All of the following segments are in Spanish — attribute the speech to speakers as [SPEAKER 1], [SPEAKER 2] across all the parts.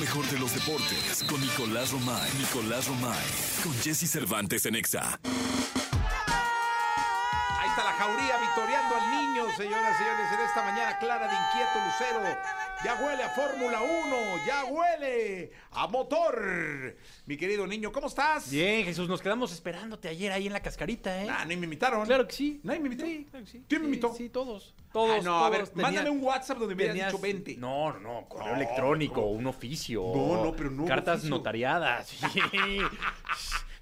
[SPEAKER 1] mejor de los deportes con Nicolás Romay. Nicolás Romay. Con Jesse Cervantes en Exa.
[SPEAKER 2] Ahí está la jauría victoriando al niño, señoras y señores, en esta mañana clara de inquieto Lucero. Ya huele a Fórmula 1, ya huele a motor. Mi querido niño, ¿cómo estás?
[SPEAKER 3] Bien, Jesús, nos quedamos esperándote ayer ahí en la cascarita, ¿eh?
[SPEAKER 2] Ah, ni me invitaron.
[SPEAKER 3] Claro que sí.
[SPEAKER 2] Nadie me invitó.
[SPEAKER 3] Sí, claro que sí.
[SPEAKER 2] ¿Quién me
[SPEAKER 3] Sí,
[SPEAKER 2] invitó?
[SPEAKER 3] Sí, todos. Todos.
[SPEAKER 2] Ah, no, a ver,
[SPEAKER 3] todos. Tenía-
[SPEAKER 2] mándame un WhatsApp donde me hubieran
[SPEAKER 3] tenías-
[SPEAKER 2] dicho 20.
[SPEAKER 3] No, no, no, correo
[SPEAKER 2] No,
[SPEAKER 3] electrónico, un oficio.
[SPEAKER 2] No, no, pero no hubo
[SPEAKER 3] Cartas
[SPEAKER 2] oficio.
[SPEAKER 3] notariadas. Sí.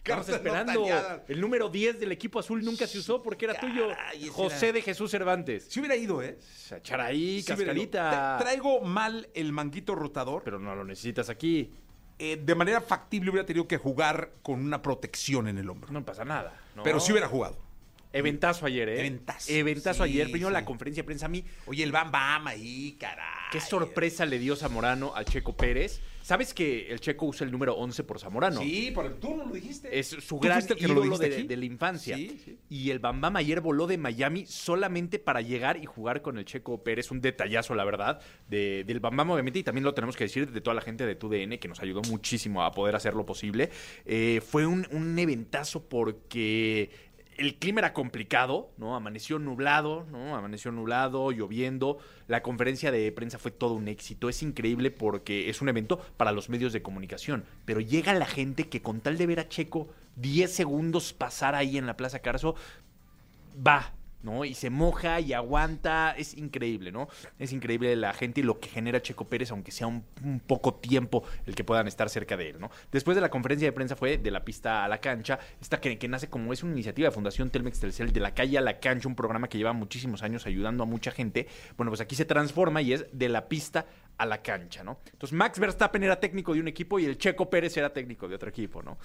[SPEAKER 2] Cartas
[SPEAKER 3] Estamos esperando.
[SPEAKER 2] notariadas.
[SPEAKER 3] El número 10 del equipo azul nunca se usó porque era tuyo.
[SPEAKER 2] Caray, ese
[SPEAKER 3] José
[SPEAKER 2] era-
[SPEAKER 3] de Jesús Cervantes.
[SPEAKER 2] Si hubiera ido, ¿eh?
[SPEAKER 3] Charaí,
[SPEAKER 2] Sí hubiera ido.
[SPEAKER 3] cascarita.
[SPEAKER 2] Tra- Traigo mal el manguito rotador.
[SPEAKER 3] Pero no lo necesitas aquí.
[SPEAKER 2] Eh, de manera factible hubiera tenido que jugar con una protección en el hombro.
[SPEAKER 3] No pasa nada. ¿no?
[SPEAKER 2] Pero si hubiera jugado.
[SPEAKER 3] Eventazo ayer, ¿eh?
[SPEAKER 2] Eventazo.
[SPEAKER 3] Eventazo
[SPEAKER 2] Sí,
[SPEAKER 3] ayer. Primero
[SPEAKER 2] sí.
[SPEAKER 3] la conferencia de prensa a mí.
[SPEAKER 2] Oye, el Bam Bam ahí, caray.
[SPEAKER 3] Qué sorpresa le dio Zamorano al Checo Pérez. ¿Sabes que el Checo usa el número 11 por Zamorano?
[SPEAKER 2] Sí, pero tú no lo dijiste.
[SPEAKER 3] Es su
[SPEAKER 2] ¿Tú
[SPEAKER 3] gran
[SPEAKER 2] fuiste el que lo
[SPEAKER 3] ídolo
[SPEAKER 2] dijiste
[SPEAKER 3] de,
[SPEAKER 2] aquí?
[SPEAKER 3] de la infancia.
[SPEAKER 2] Sí, sí.
[SPEAKER 3] Y el Bambam ayer voló de Miami solamente para llegar y jugar con el Checo Pérez. Un detallazo, la verdad, de- del Bambam, obviamente. Y también lo tenemos que decir de toda la gente de TUDN, que nos ayudó muchísimo a poder hacerlo posible. Eh, fue un, un eventazo porque... El clima era complicado, ¿no? Amaneció nublado, ¿no? Amaneció nublado, lloviendo. La conferencia de prensa fue todo un éxito. Es increíble porque es un evento para los medios de comunicación. Pero llega la gente que con tal de ver a Checo 10 segundos pasar ahí en la Plaza Carso, va, ¿no? Y se moja y aguanta. Es increíble, ¿no? Es increíble la gente y lo que genera Checo Pérez, aunque sea un, un poco tiempo el que puedan estar cerca de él, ¿no? Después de la conferencia de prensa fue de la pista a la cancha, esta que, que nace como es una iniciativa de Fundación Telmex Telcel, de la calle a la cancha, un programa que lleva muchísimos años ayudando a mucha gente. Bueno, pues aquí se transforma y es de la pista a la cancha, ¿no? Entonces Max Verstappen era técnico de un equipo y el Checo Pérez era técnico de otro equipo, ¿no?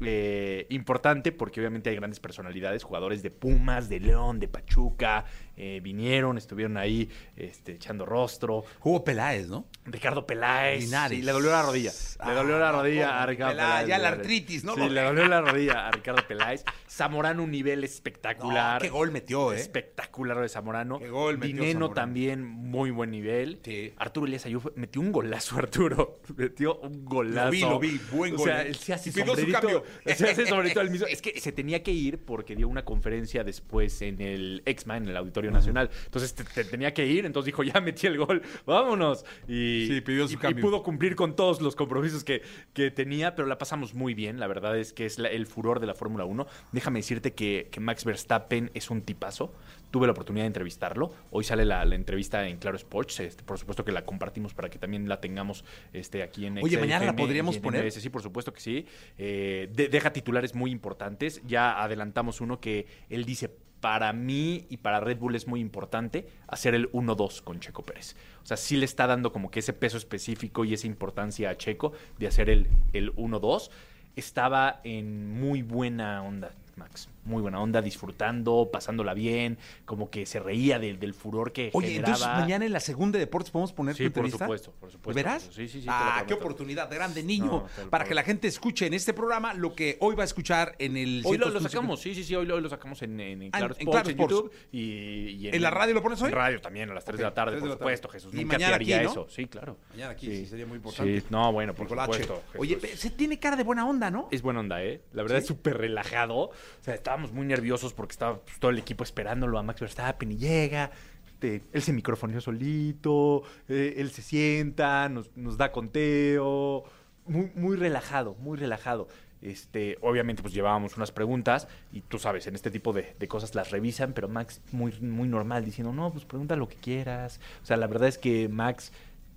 [SPEAKER 3] Eh, importante porque obviamente hay grandes personalidades, jugadores de Pumas, de León, de Pachuca, eh, vinieron, estuvieron ahí este, echando rostro.
[SPEAKER 2] Jugó Peláez, ¿no?
[SPEAKER 3] Ricardo Peláez.
[SPEAKER 2] Linares.
[SPEAKER 3] Sí, le dolió la rodilla.
[SPEAKER 2] Ah,
[SPEAKER 3] Le dolió la rodilla
[SPEAKER 2] ¿cómo?
[SPEAKER 3] a Ricardo
[SPEAKER 2] Peláez,
[SPEAKER 3] Peláez.
[SPEAKER 2] ya la
[SPEAKER 3] Linares.
[SPEAKER 2] artritis, ¿no?
[SPEAKER 3] Sí,
[SPEAKER 2] Lo-
[SPEAKER 3] le dolió la rodilla a Ricardo Peláez. Zamorano un nivel espectacular.
[SPEAKER 2] No, qué gol metió, ¿eh?
[SPEAKER 3] Espectacular lo de Zamorano.
[SPEAKER 2] Qué gol metió
[SPEAKER 3] Dineno
[SPEAKER 2] Zamorano.
[SPEAKER 3] también, muy buen nivel.
[SPEAKER 2] Sí.
[SPEAKER 3] Arturo Elías Ayub metió un golazo, Arturo. Metió un golazo.
[SPEAKER 2] Lo vi, lo vi, buen
[SPEAKER 3] O sea,
[SPEAKER 2] gol, ¿eh?
[SPEAKER 3] él se hace
[SPEAKER 2] Y pidió su
[SPEAKER 3] sombrerito.
[SPEAKER 2] cambio.
[SPEAKER 3] Se hace sombrerito al mismo. Es que se tenía que ir porque dio una conferencia después en el Exma, en el Auditorio Nacional. Entonces te, te tenía que ir. Entonces dijo, ya metí el gol, vámonos. Y,
[SPEAKER 2] Sí, pidió su
[SPEAKER 3] y- y
[SPEAKER 2] cambio.
[SPEAKER 3] pudo cumplir con todos los compromisos que, que tenía, pero la pasamos muy bien. La verdad es que es la- el furor de la Fórmula 1. Déjame decirte que, que Max Verstappen es un tipazo. Tuve la oportunidad de entrevistarlo. Hoy sale la, la entrevista en Claro Sports. Este, por supuesto que la compartimos para que también la tengamos este, aquí en
[SPEAKER 2] Oye, mañana la
[SPEAKER 3] XFM y
[SPEAKER 2] podríamos
[SPEAKER 3] en
[SPEAKER 2] poner.
[SPEAKER 3] MBS. Sí, por supuesto que sí. Eh, de- deja titulares muy importantes. Ya adelantamos uno que él dice, para mí y para Red Bull es muy importante hacer el 1-2 con Checo Pérez. O sea, sí le está dando como que ese peso específico y esa importancia a Checo de hacer el, el 1-2. Estaba en muy buena onda. Max, muy buena onda, disfrutando, pasándola bien, como que se reía del- del furor que
[SPEAKER 2] Oye,
[SPEAKER 3] generaba.
[SPEAKER 2] entonces mañana en la segunda de deportes podemos poner tu
[SPEAKER 3] Sí, por
[SPEAKER 2] entrevista?
[SPEAKER 3] supuesto, por supuesto.
[SPEAKER 2] ¿Verás?
[SPEAKER 3] Sí, sí, sí, te lo
[SPEAKER 2] Ah, qué
[SPEAKER 3] prometo.
[SPEAKER 2] oportunidad grande, niño,
[SPEAKER 3] No, te lo
[SPEAKER 2] para que
[SPEAKER 3] prometo.
[SPEAKER 2] la gente escuche en este programa lo que hoy va a escuchar en el
[SPEAKER 3] Hoy lo, lo
[SPEAKER 2] 100.5.
[SPEAKER 3] sacamos, sí, sí, sí, hoy lo, hoy lo sacamos en, en- en
[SPEAKER 2] Ah,
[SPEAKER 3] Claro
[SPEAKER 2] en- en
[SPEAKER 3] Sports, en,
[SPEAKER 2] Claro Sports.
[SPEAKER 3] YouTube. Y, y
[SPEAKER 2] ¿En la radio lo pones hoy?
[SPEAKER 3] En radio también, a las 3 de
[SPEAKER 2] Ok,
[SPEAKER 3] la tarde,
[SPEAKER 2] 3 de
[SPEAKER 3] por
[SPEAKER 2] la tarde.
[SPEAKER 3] supuesto, Jesús.
[SPEAKER 2] Y
[SPEAKER 3] Nunca te
[SPEAKER 2] mañana
[SPEAKER 3] haría
[SPEAKER 2] aquí, ¿no?
[SPEAKER 3] eso, sí, claro.
[SPEAKER 2] Mañana aquí, sí, sería muy importante.
[SPEAKER 3] Sí, no, bueno, por
[SPEAKER 2] Nicolache.
[SPEAKER 3] supuesto.
[SPEAKER 2] Oye,
[SPEAKER 3] Jesús.
[SPEAKER 2] pe- se tiene cara de buena onda, ¿no?
[SPEAKER 3] Es buena onda, ¿eh? La verdad es súper relajado. O sea, estábamos muy nerviosos porque estaba pues, todo el equipo esperándolo a Max Verstappen y llega. Este, él se microfoneó solito, eh, él se sienta, nos, nos da conteo. Muy, muy relajado, muy relajado. Este, obviamente, pues llevábamos unas preguntas y tú sabes, en este tipo de, de cosas las revisan, pero Max muy, muy normal diciendo, no, pues pregunta lo que quieras. O sea, la verdad es que Max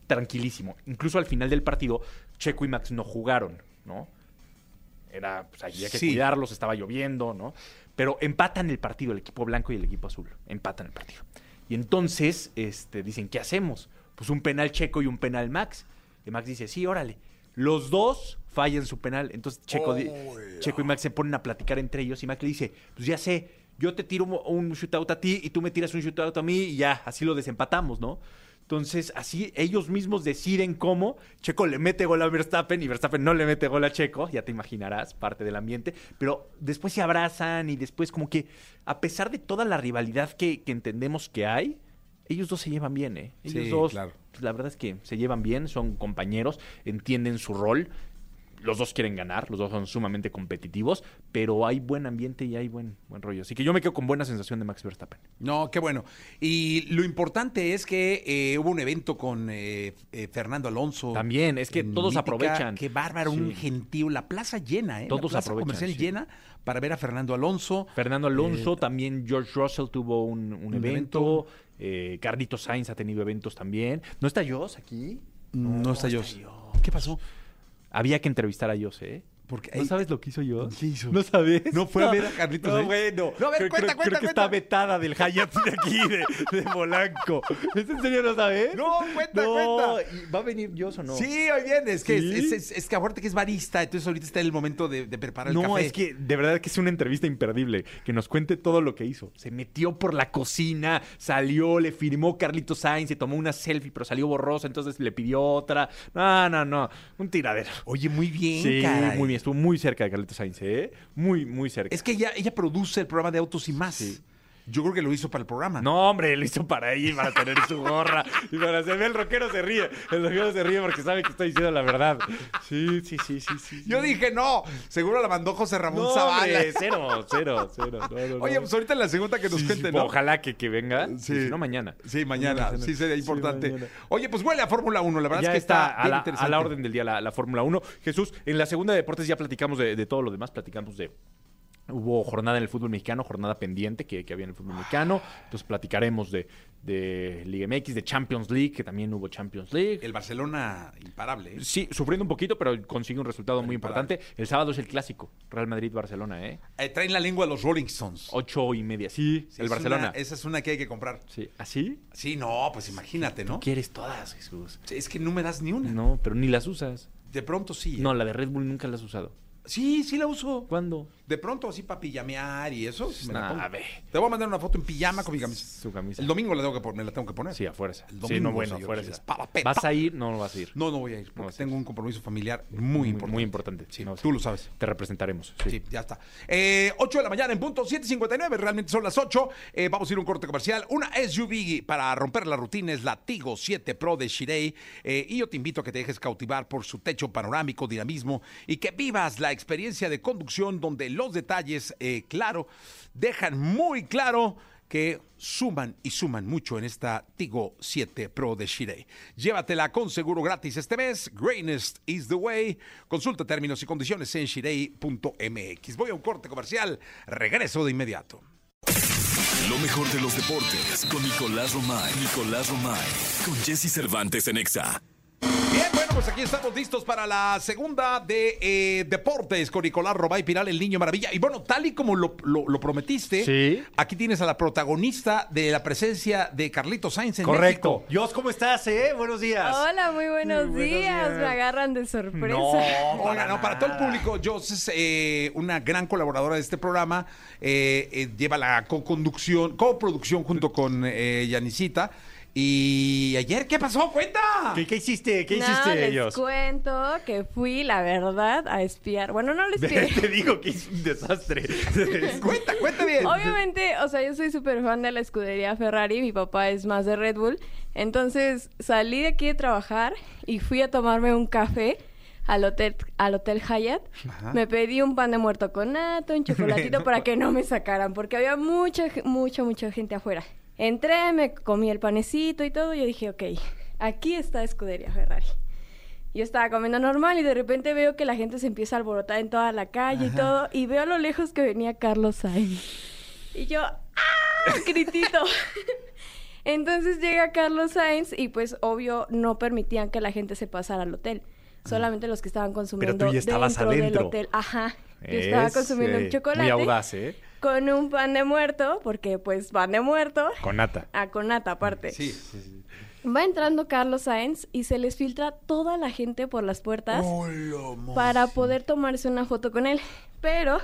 [SPEAKER 3] tranquilísimo. Incluso al final del partido, Checo y Max no jugaron, ¿no? Era, pues había que
[SPEAKER 2] Sí.
[SPEAKER 3] cuidarlos, estaba lloviendo, ¿no? Pero empatan el partido, el equipo blanco y el equipo azul. Empatan el partido. Y entonces este, dicen, ¿qué hacemos? Pues un penal Checo y un penal Max. Y Max dice, sí, órale. Los dos fallan su penal. Entonces Checo, di- Checo y Max se ponen a platicar entre ellos y Max le dice, pues ya sé, yo te tiro un- un shootout a ti y tú me tiras un shootout a mí y ya, así lo desempatamos, ¿no? Entonces, así ellos mismos deciden cómo. Checo le mete gol a Verstappen y Verstappen no le mete gol a Checo, ya te imaginarás, parte del ambiente. Pero después se abrazan y después como que, a pesar de toda la rivalidad que, que entendemos que hay, ellos dos se llevan bien, ¿eh? Ellos
[SPEAKER 4] Sí,
[SPEAKER 3] dos,
[SPEAKER 4] claro.
[SPEAKER 3] pues, la verdad es que se llevan bien, son compañeros, entienden su rol. Los dos quieren ganar, los dos son sumamente competitivos, pero hay buen ambiente y hay buen, buen rollo. Así que yo me quedo con buena sensación de Max Verstappen.
[SPEAKER 2] No, qué bueno. Y lo importante es que eh, hubo un evento con eh, eh, Fernando Alonso.
[SPEAKER 3] También, es que
[SPEAKER 2] en
[SPEAKER 3] todos aprovechan.
[SPEAKER 2] Qué bárbaro, un
[SPEAKER 3] Sí.
[SPEAKER 2] gentío. La plaza llena, ¿eh?
[SPEAKER 3] Todos
[SPEAKER 2] la plaza
[SPEAKER 3] aprovechan,
[SPEAKER 2] comercial
[SPEAKER 3] sí.
[SPEAKER 2] llena para ver a Fernando Alonso.
[SPEAKER 3] Fernando Alonso,
[SPEAKER 2] eh,
[SPEAKER 3] también George Russell tuvo un, un evento. eh, Carlitos Sainz ha tenido eventos también. ¿No está Jos aquí?
[SPEAKER 2] No, está yo. ¿Qué pasó?
[SPEAKER 3] Había que entrevistar a Jos, ¿eh?
[SPEAKER 2] Porque
[SPEAKER 3] ¿No
[SPEAKER 2] ahí-
[SPEAKER 3] sabes lo que hizo Jos?
[SPEAKER 2] ¿Qué hizo?
[SPEAKER 3] ¿No sabes?
[SPEAKER 2] No fue a ver a Carlitos
[SPEAKER 3] No,
[SPEAKER 2] Sainz.
[SPEAKER 3] bueno.
[SPEAKER 2] No, a ver, cuenta,
[SPEAKER 3] Creo- creo,
[SPEAKER 2] cuenta,
[SPEAKER 3] creo que
[SPEAKER 2] cuenta.
[SPEAKER 3] está vetada del Hayat de aquí, de, de Polanco. ¿Es en serio no sabes?
[SPEAKER 4] No, cuenta, cuenta.
[SPEAKER 3] ¿y ¿Va a venir Jos o no?
[SPEAKER 2] Sí, hoy bien, es que,
[SPEAKER 3] ¿Sí?
[SPEAKER 2] Es, es- es que aparte que es barista, entonces ahorita está el momento de, de preparar el
[SPEAKER 3] No,
[SPEAKER 2] café.
[SPEAKER 3] es que de verdad que es una entrevista imperdible. Que nos cuente todo lo que hizo. Se metió por la cocina, salió, le firmó Carlitos Sainz, se tomó una selfie, pero salió borrosa, entonces le pidió otra. No, no, no. Un tiradero.
[SPEAKER 2] Oye, muy bien,
[SPEAKER 3] sí,
[SPEAKER 2] caray.
[SPEAKER 3] muy bien. Estuvo muy cerca de Carlitos Sainz, ¿eh? Muy, muy cerca.
[SPEAKER 2] Es que ella, ella produce el programa de Autos y Más. Yo creo que lo hizo para el programa.
[SPEAKER 3] No, hombre, lo hizo para ella y para tener su gorra. Y para se ve el rockero se ríe. El rockero se ríe porque sabe que está diciendo la verdad. Sí, sí, sí, sí, sí.
[SPEAKER 2] Yo dije, no, seguro la mandó José Ramón
[SPEAKER 3] no,
[SPEAKER 2] Zavala.
[SPEAKER 3] hombre, cero, cero, cero. No, no, no.
[SPEAKER 2] Oye, pues ahorita en la segunda que nos
[SPEAKER 3] Sí, sí,
[SPEAKER 2] cuenten,
[SPEAKER 3] pues,
[SPEAKER 2] ¿no?
[SPEAKER 3] Ojalá que, que venga. Sí.
[SPEAKER 2] Sí.
[SPEAKER 3] Si no, mañana.
[SPEAKER 2] Sí, mañana,
[SPEAKER 3] Mañana,
[SPEAKER 2] sí sería
[SPEAKER 3] sí,
[SPEAKER 2] importante.
[SPEAKER 3] mañana.
[SPEAKER 2] Oye, pues huele a Fórmula 1, la verdad
[SPEAKER 3] ya
[SPEAKER 2] es que está,
[SPEAKER 3] está, a,
[SPEAKER 2] bien
[SPEAKER 3] la,
[SPEAKER 2] interesante.
[SPEAKER 3] a la orden del día la, la Fórmula 1. Jesús, en la segunda de deportes ya platicamos de, de todo lo demás, platicamos de... Hubo jornada en el fútbol mexicano, jornada pendiente que, que había en el fútbol mexicano. Entonces platicaremos de, de Liga MX, de Champions League, que también hubo Champions League.
[SPEAKER 2] El Barcelona imparable. ¿eh?
[SPEAKER 3] Sí, sufriendo un poquito, pero consigue un resultado muy importante. El sábado es el clásico, Real Madrid-Barcelona, ¿eh?
[SPEAKER 2] Eh, traen la lengua los Rolling Stones.
[SPEAKER 3] Ocho y media. Sí,
[SPEAKER 2] Sí,
[SPEAKER 3] el
[SPEAKER 2] es
[SPEAKER 3] Barcelona.
[SPEAKER 2] una- esa es una que hay que comprar.
[SPEAKER 3] Sí, ¿así?
[SPEAKER 2] Sí, no, pues imagínate, ¿no?
[SPEAKER 3] Quieres todas, Jesús.
[SPEAKER 2] Sí, Es que no me das ni una.
[SPEAKER 3] No, pero ni las usas.
[SPEAKER 2] De pronto sí. ¿eh?
[SPEAKER 3] No, la de Red Bull nunca la has usado.
[SPEAKER 2] Sí, sí la uso.
[SPEAKER 3] ¿Cuándo?
[SPEAKER 2] De pronto así para pijamear y eso. me la
[SPEAKER 3] Nah,
[SPEAKER 2] pongo.
[SPEAKER 3] a ver.
[SPEAKER 2] Te voy a mandar una foto en pijama con mi camisa.
[SPEAKER 3] Su camisa.
[SPEAKER 2] El domingo la tengo que poner, me la tengo que poner.
[SPEAKER 3] Sí, a fuerza.
[SPEAKER 2] El domingo,
[SPEAKER 3] Sí, no, bueno, a
[SPEAKER 2] señor. Es
[SPEAKER 3] fuerza.
[SPEAKER 2] papa, pe-
[SPEAKER 3] ¿Vas
[SPEAKER 2] pa-
[SPEAKER 3] a ir? No, no vas a ir.
[SPEAKER 2] No, no voy a ir porque
[SPEAKER 3] No, sí.
[SPEAKER 2] tengo un compromiso familiar muy importante.
[SPEAKER 3] Muy importante.
[SPEAKER 2] Sí,
[SPEAKER 3] No,
[SPEAKER 2] tú lo sabes.
[SPEAKER 3] Te representaremos. Sí.
[SPEAKER 2] Sí, ya está. Eh, 8 de la mañana en punto 7.59, realmente son las 8. Eh, vamos a ir a un corte comercial. Una SUV para romper la rutina es la Tigo 7 Pro de Shirei. Eh, y yo te invito a que te dejes cautivar por su techo panorámico, dinamismo y que vivas la experiencia de conducción donde los detalles, eh, claro, dejan muy claro que suman y suman mucho en esta Tigo 7 Pro de Shirei. Llévatela con seguro gratis este mes. Greatness is the way. Consulta términos y condiciones en shirei.mx. Voy a un corte comercial. Regreso de inmediato.
[SPEAKER 1] Lo mejor de los deportes con Nicolás Romay. Nicolás Romay. Con Jesse Cervantes en Exa.
[SPEAKER 2] Bien, bueno, pues aquí estamos listos para la segunda de eh, Deportes con Nicolás Robay Piral, el Niño Maravilla. Y bueno, tal y como lo, lo- lo prometiste,
[SPEAKER 3] Sí.
[SPEAKER 2] aquí tienes a la protagonista de la presencia de Carlito Sainz en
[SPEAKER 3] Correcto.
[SPEAKER 2] México.
[SPEAKER 3] Dios, ¿cómo estás, eh? Buenos días.
[SPEAKER 5] Hola, muy buenos,
[SPEAKER 3] Muy buenos
[SPEAKER 5] días.
[SPEAKER 3] días.
[SPEAKER 5] Me agarran de sorpresa.
[SPEAKER 3] No.
[SPEAKER 2] Hola,
[SPEAKER 3] para
[SPEAKER 2] no, para todo el
[SPEAKER 3] nada.
[SPEAKER 2] público, Joss es eh, una gran colaboradora de este programa. eh, eh, lleva la co-conducción, coproducción junto con eh, Yanisita. Y ayer, ¿qué pasó? ¡Cuenta!
[SPEAKER 3] ¿Qué, qué hiciste? ¿Qué
[SPEAKER 5] No,
[SPEAKER 3] hiciste,
[SPEAKER 5] les
[SPEAKER 3] Dios?
[SPEAKER 5] cuento que fui, la verdad, a espiar. Bueno, no lo espié.
[SPEAKER 3] Te digo que es un desastre.
[SPEAKER 2] ¡Cuenta, cuenta bien!
[SPEAKER 5] Obviamente, o sea, yo soy súper fan de la escudería Ferrari, mi papá es más de Red Bull. Entonces salí de aquí de trabajar y fui a tomarme un café al hotel, al hotel Hyatt. Me pedí un pan de muerto con nato, un chocolatito para que no me sacaran, porque había mucha, ge- mucha, mucha gente afuera. Entré, me comí el panecito y todo, y yo dije, ok, aquí está escudería Ferrari. Yo estaba comiendo normal y de repente veo que la gente se empieza a alborotar en toda la calle y todo. Y veo a lo lejos que venía Carlos Sainz. Y yo, ¡ah! Gritito. Entonces llega Carlos Sainz y pues obvio no permitían que la gente se pasara al hotel. Solamente los que estaban consumiendo
[SPEAKER 3] Pero tú ya estabas
[SPEAKER 5] dentro
[SPEAKER 3] adentro.
[SPEAKER 5] del hotel. Ajá. Yo estaba consumiendo un chocolate
[SPEAKER 3] Este, Muy audaz, ¿eh?
[SPEAKER 5] con un pan de muerto, porque pues pan de muerto.
[SPEAKER 3] Con nata.
[SPEAKER 5] Ah, con nata aparte.
[SPEAKER 2] Sí,
[SPEAKER 5] Va entrando Carlos Sainz y se les filtra toda la gente por las puertas para poder tomarse una foto con él. Pero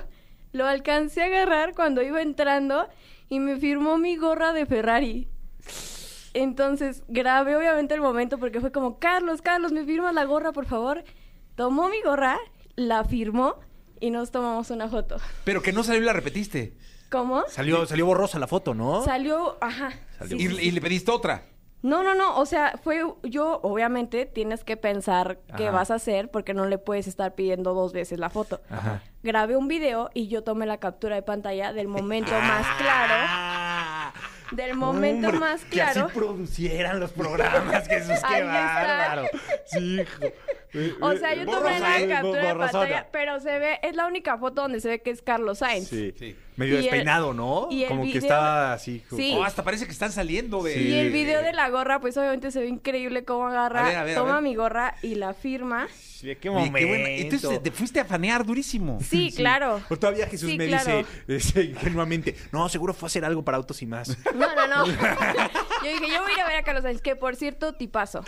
[SPEAKER 5] lo alcancé a agarrar cuando iba entrando y me firmó mi gorra de Ferrari. Entonces grabé obviamente el momento porque fue como, Carlos, Carlos, me firmas la gorra, por favor. Tomó mi gorra, la firmó y nos tomamos una foto.
[SPEAKER 2] Pero que no salió y la repetiste.
[SPEAKER 5] ¿Cómo?
[SPEAKER 3] Salió, salió borrosa la foto, ¿no?
[SPEAKER 5] Salió, ajá. sí,
[SPEAKER 2] Y,
[SPEAKER 5] sí, sí.
[SPEAKER 2] y le pediste otra.
[SPEAKER 5] No, no, no, o sea, fue yo, obviamente tienes que pensar qué
[SPEAKER 3] Ajá.
[SPEAKER 5] vas a hacer porque no le puedes estar pidiendo dos veces la foto.
[SPEAKER 3] Ajá.
[SPEAKER 5] Grabé un video y yo tomé la captura de pantalla del momento más claro, del momento
[SPEAKER 3] Ah. Hombre,
[SPEAKER 5] más
[SPEAKER 3] Que así
[SPEAKER 5] claro.
[SPEAKER 3] producieran los programas, Jesús,
[SPEAKER 5] Ahí
[SPEAKER 3] qué
[SPEAKER 5] está.
[SPEAKER 3] bárbaro. Sí, hijo. Eh,
[SPEAKER 5] O
[SPEAKER 3] eh,
[SPEAKER 5] sea, yo tomé
[SPEAKER 3] borrosa,
[SPEAKER 5] la
[SPEAKER 3] eh,
[SPEAKER 5] captura de
[SPEAKER 3] borrosona.
[SPEAKER 5] pantalla, pero se ve, es la única foto donde se ve que es Carlos Sainz.
[SPEAKER 3] Sí.
[SPEAKER 2] Sí.
[SPEAKER 3] Medio
[SPEAKER 5] Y el-
[SPEAKER 3] despeinado, ¿no?
[SPEAKER 5] y el
[SPEAKER 3] Como que
[SPEAKER 5] video-
[SPEAKER 3] está así. como-
[SPEAKER 5] Sí.
[SPEAKER 2] Oh, hasta parece que están saliendo de.
[SPEAKER 5] Y el video de la gorra, pues obviamente se ve increíble cómo agarra,
[SPEAKER 2] A ver, a ver, a
[SPEAKER 5] toma
[SPEAKER 2] ver.
[SPEAKER 5] mi gorra y la firma.
[SPEAKER 3] Sí, qué
[SPEAKER 2] Oye,
[SPEAKER 3] momento.
[SPEAKER 2] qué buena- Entonces te fuiste a fanear durísimo.
[SPEAKER 5] Sí, claro.
[SPEAKER 3] O todavía Jesús
[SPEAKER 5] Sí,
[SPEAKER 3] me
[SPEAKER 5] claro.
[SPEAKER 3] dice eh, ingenuamente, no, seguro fue a hacer algo para autos y más.
[SPEAKER 5] No, no, no. Yo dije, yo voy a ir a ver a Carlos Sainz, que por cierto, tipazo.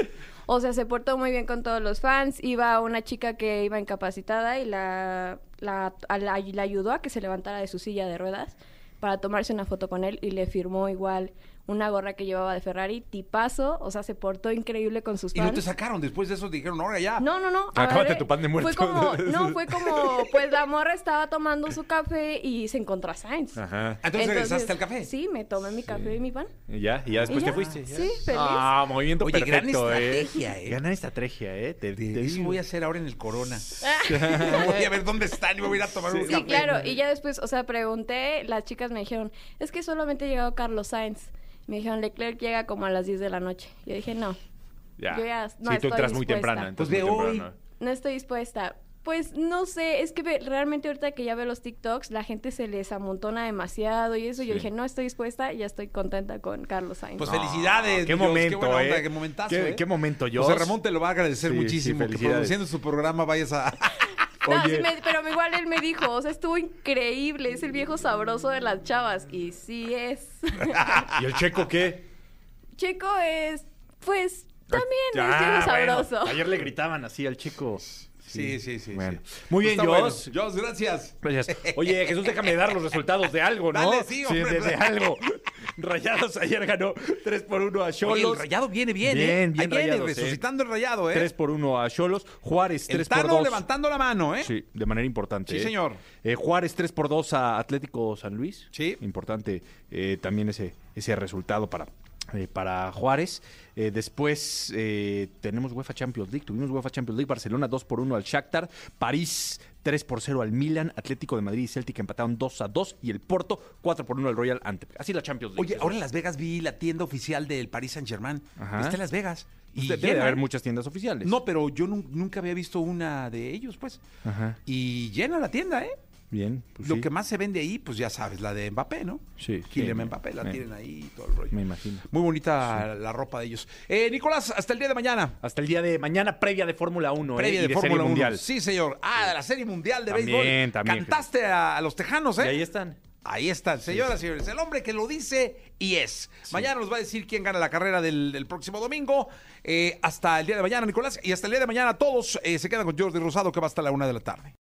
[SPEAKER 5] O sea, se portó muy bien con todos los fans. Iba una chica que iba incapacitada y la, la, a la- la ayudó a que se levantara de su silla de ruedas para tomarse una foto con él y le firmó igual una gorra que llevaba de Ferrari, tipazo. O sea, se portó increíble con sus
[SPEAKER 2] Y
[SPEAKER 5] fans.
[SPEAKER 2] no te sacaron. Después de eso te dijeron, ahora ya.
[SPEAKER 5] No, no, no.
[SPEAKER 3] Acábate
[SPEAKER 5] agarré-
[SPEAKER 3] tu pan de muerto.
[SPEAKER 5] Fue como, no, fue como, pues la morra estaba tomando su café y se encontró a Sainz.
[SPEAKER 3] Ajá.
[SPEAKER 2] Ah, Entonces regresaste al café.
[SPEAKER 5] Sí, me tomé mi café y mi pan.
[SPEAKER 3] Y ya, y ya después
[SPEAKER 5] ¿Y
[SPEAKER 3] te
[SPEAKER 5] ya?
[SPEAKER 3] fuiste. ya.
[SPEAKER 5] Sí, feliz.
[SPEAKER 3] Ah, movimiento
[SPEAKER 2] Oye, gran
[SPEAKER 3] perfecto,
[SPEAKER 2] estrategia, eh.
[SPEAKER 3] Gran estrategia, eh. Te, te
[SPEAKER 2] De eso
[SPEAKER 3] digo.
[SPEAKER 2] voy a hacer ahora en el corona. voy a ver dónde están y me voy a ir a tomar un
[SPEAKER 5] Sí,
[SPEAKER 2] café.
[SPEAKER 5] claro. Y ya después, o sea, pregunté, las chicas me dijeron, es que solamente ha llegado Carlos Sainz. Me dijeron, Leclerc llega como a las 10 de la noche. Yo dije, no,
[SPEAKER 6] Ya.
[SPEAKER 5] Yo ya
[SPEAKER 6] sí,
[SPEAKER 5] no
[SPEAKER 6] tú
[SPEAKER 5] estoy
[SPEAKER 6] entras muy
[SPEAKER 5] dispuesta.
[SPEAKER 6] temprano. Entras
[SPEAKER 2] Pues ve
[SPEAKER 6] muy
[SPEAKER 2] hoy.
[SPEAKER 6] temprano.
[SPEAKER 5] no estoy dispuesta. Pues no sé, es que ve- realmente ahorita que ya veo los TikToks, la gente se les amontona demasiado y eso. Yo dije, no estoy dispuesta, ya estoy contenta con Carlos Sainz.
[SPEAKER 2] Pues
[SPEAKER 3] No,
[SPEAKER 2] felicidades.
[SPEAKER 3] qué
[SPEAKER 2] Dios,
[SPEAKER 3] momento,
[SPEAKER 2] buena onda,
[SPEAKER 3] eh.
[SPEAKER 2] Qué momentazo.
[SPEAKER 3] Qué-
[SPEAKER 2] eh.
[SPEAKER 3] qué momento, Dios.
[SPEAKER 2] José Ramón te lo va a agradecer
[SPEAKER 3] Sí, sí,
[SPEAKER 2] muchísimo. que
[SPEAKER 3] felicidades.
[SPEAKER 2] produciendo su programa vayas a.
[SPEAKER 5] No, sí
[SPEAKER 3] Oye.
[SPEAKER 5] me- pero igual él me dijo, o sea, estuvo increíble, es el viejo sabroso de las chavas. Y sí es.
[SPEAKER 3] ¿Y el checo qué?
[SPEAKER 5] Checo es, pues, también es
[SPEAKER 3] Ah,
[SPEAKER 5] viejo
[SPEAKER 3] bueno,
[SPEAKER 5] sabroso.
[SPEAKER 3] Ayer le gritaban así al checo.
[SPEAKER 2] Sí, sí, sí.
[SPEAKER 3] Bueno. Pues
[SPEAKER 2] sí.
[SPEAKER 3] Muy bien,
[SPEAKER 2] Está bueno.
[SPEAKER 3] Jos.
[SPEAKER 2] Jos, gracias.
[SPEAKER 3] Gracias. Oye, Jesús, déjame dar los resultados de algo, ¿no?
[SPEAKER 2] Dale, sí, hombre.
[SPEAKER 3] de, de algo. Rayados ayer ganó 3 por 1 a
[SPEAKER 2] Oye, el
[SPEAKER 3] Cholos.
[SPEAKER 2] rayado viene bien,
[SPEAKER 3] Bien,
[SPEAKER 2] ¿eh? Ahí
[SPEAKER 3] bien
[SPEAKER 2] viene,
[SPEAKER 3] rayados, eh.
[SPEAKER 2] resucitando el rayado, ¿eh?
[SPEAKER 3] 3 por 1 a Cholos. Juárez
[SPEAKER 2] el
[SPEAKER 3] 3 por
[SPEAKER 2] Tano
[SPEAKER 3] 2.
[SPEAKER 2] levantando la mano, ¿eh?
[SPEAKER 3] Sí, de manera importante.
[SPEAKER 2] Sí,
[SPEAKER 3] ¿eh?
[SPEAKER 2] señor.
[SPEAKER 3] Eh, Juárez 3 por 2 a Atlético San Luis.
[SPEAKER 2] Sí.
[SPEAKER 3] Importante eh, también ese, ese resultado para, eh, para Juárez. Eh, después eh, tenemos UEFA Champions League. Tuvimos UEFA Champions League. Barcelona 2 por 1 al Shakhtar. París 3 por 0 al Milan. Atlético de Madrid y Celtic empataron 2 a 2. Y el Porto 4 por 1 al Royal Antwerp. Así la Champions League.
[SPEAKER 2] Oye, ahora en Las Vegas vi la tienda oficial del Paris Saint Germain.
[SPEAKER 3] Ajá.
[SPEAKER 2] Está en Las Vegas.
[SPEAKER 3] Y
[SPEAKER 2] Y
[SPEAKER 3] debe de
[SPEAKER 2] llena,
[SPEAKER 3] haber
[SPEAKER 2] ¿eh?
[SPEAKER 3] muchas tiendas oficiales.
[SPEAKER 2] No, pero yo nun- nunca había visto una de ellos, pues.
[SPEAKER 3] Ajá.
[SPEAKER 2] Y llena la tienda, ¿eh?
[SPEAKER 3] Bien. pues
[SPEAKER 2] Lo
[SPEAKER 3] sí,
[SPEAKER 2] que más se vende ahí, pues ya sabes, la de Mbappé, ¿no?
[SPEAKER 3] Sí,
[SPEAKER 2] Kylian
[SPEAKER 3] sí,
[SPEAKER 2] Mbappé, la
[SPEAKER 3] me-
[SPEAKER 2] tienen ahí y todo el rollo.
[SPEAKER 3] Me imagino.
[SPEAKER 2] Muy bonita la ropa de ellos. Eh, Nicolás, hasta el día de mañana.
[SPEAKER 3] Hasta el día de mañana, previa de Fórmula 1.
[SPEAKER 2] Previa
[SPEAKER 3] ¿eh?
[SPEAKER 2] de,
[SPEAKER 3] Y Serie
[SPEAKER 2] Fórmula 1.
[SPEAKER 3] Mundial.
[SPEAKER 2] Sí, señor. Ah, de la Serie Mundial de
[SPEAKER 3] También,
[SPEAKER 2] Béisbol.
[SPEAKER 3] también,
[SPEAKER 2] Cantaste a, a los tejanos, ¿eh?
[SPEAKER 3] Y ahí están.
[SPEAKER 2] Ahí está, señoras y señores. El hombre que lo dice y es. Mañana nos va a decir quién gana la carrera del, del próximo domingo. Eh, hasta el día de mañana, Nicolás. Y hasta el día de mañana, todos eh, se quedan con Jordi Rosado, que va hasta la una de la tarde.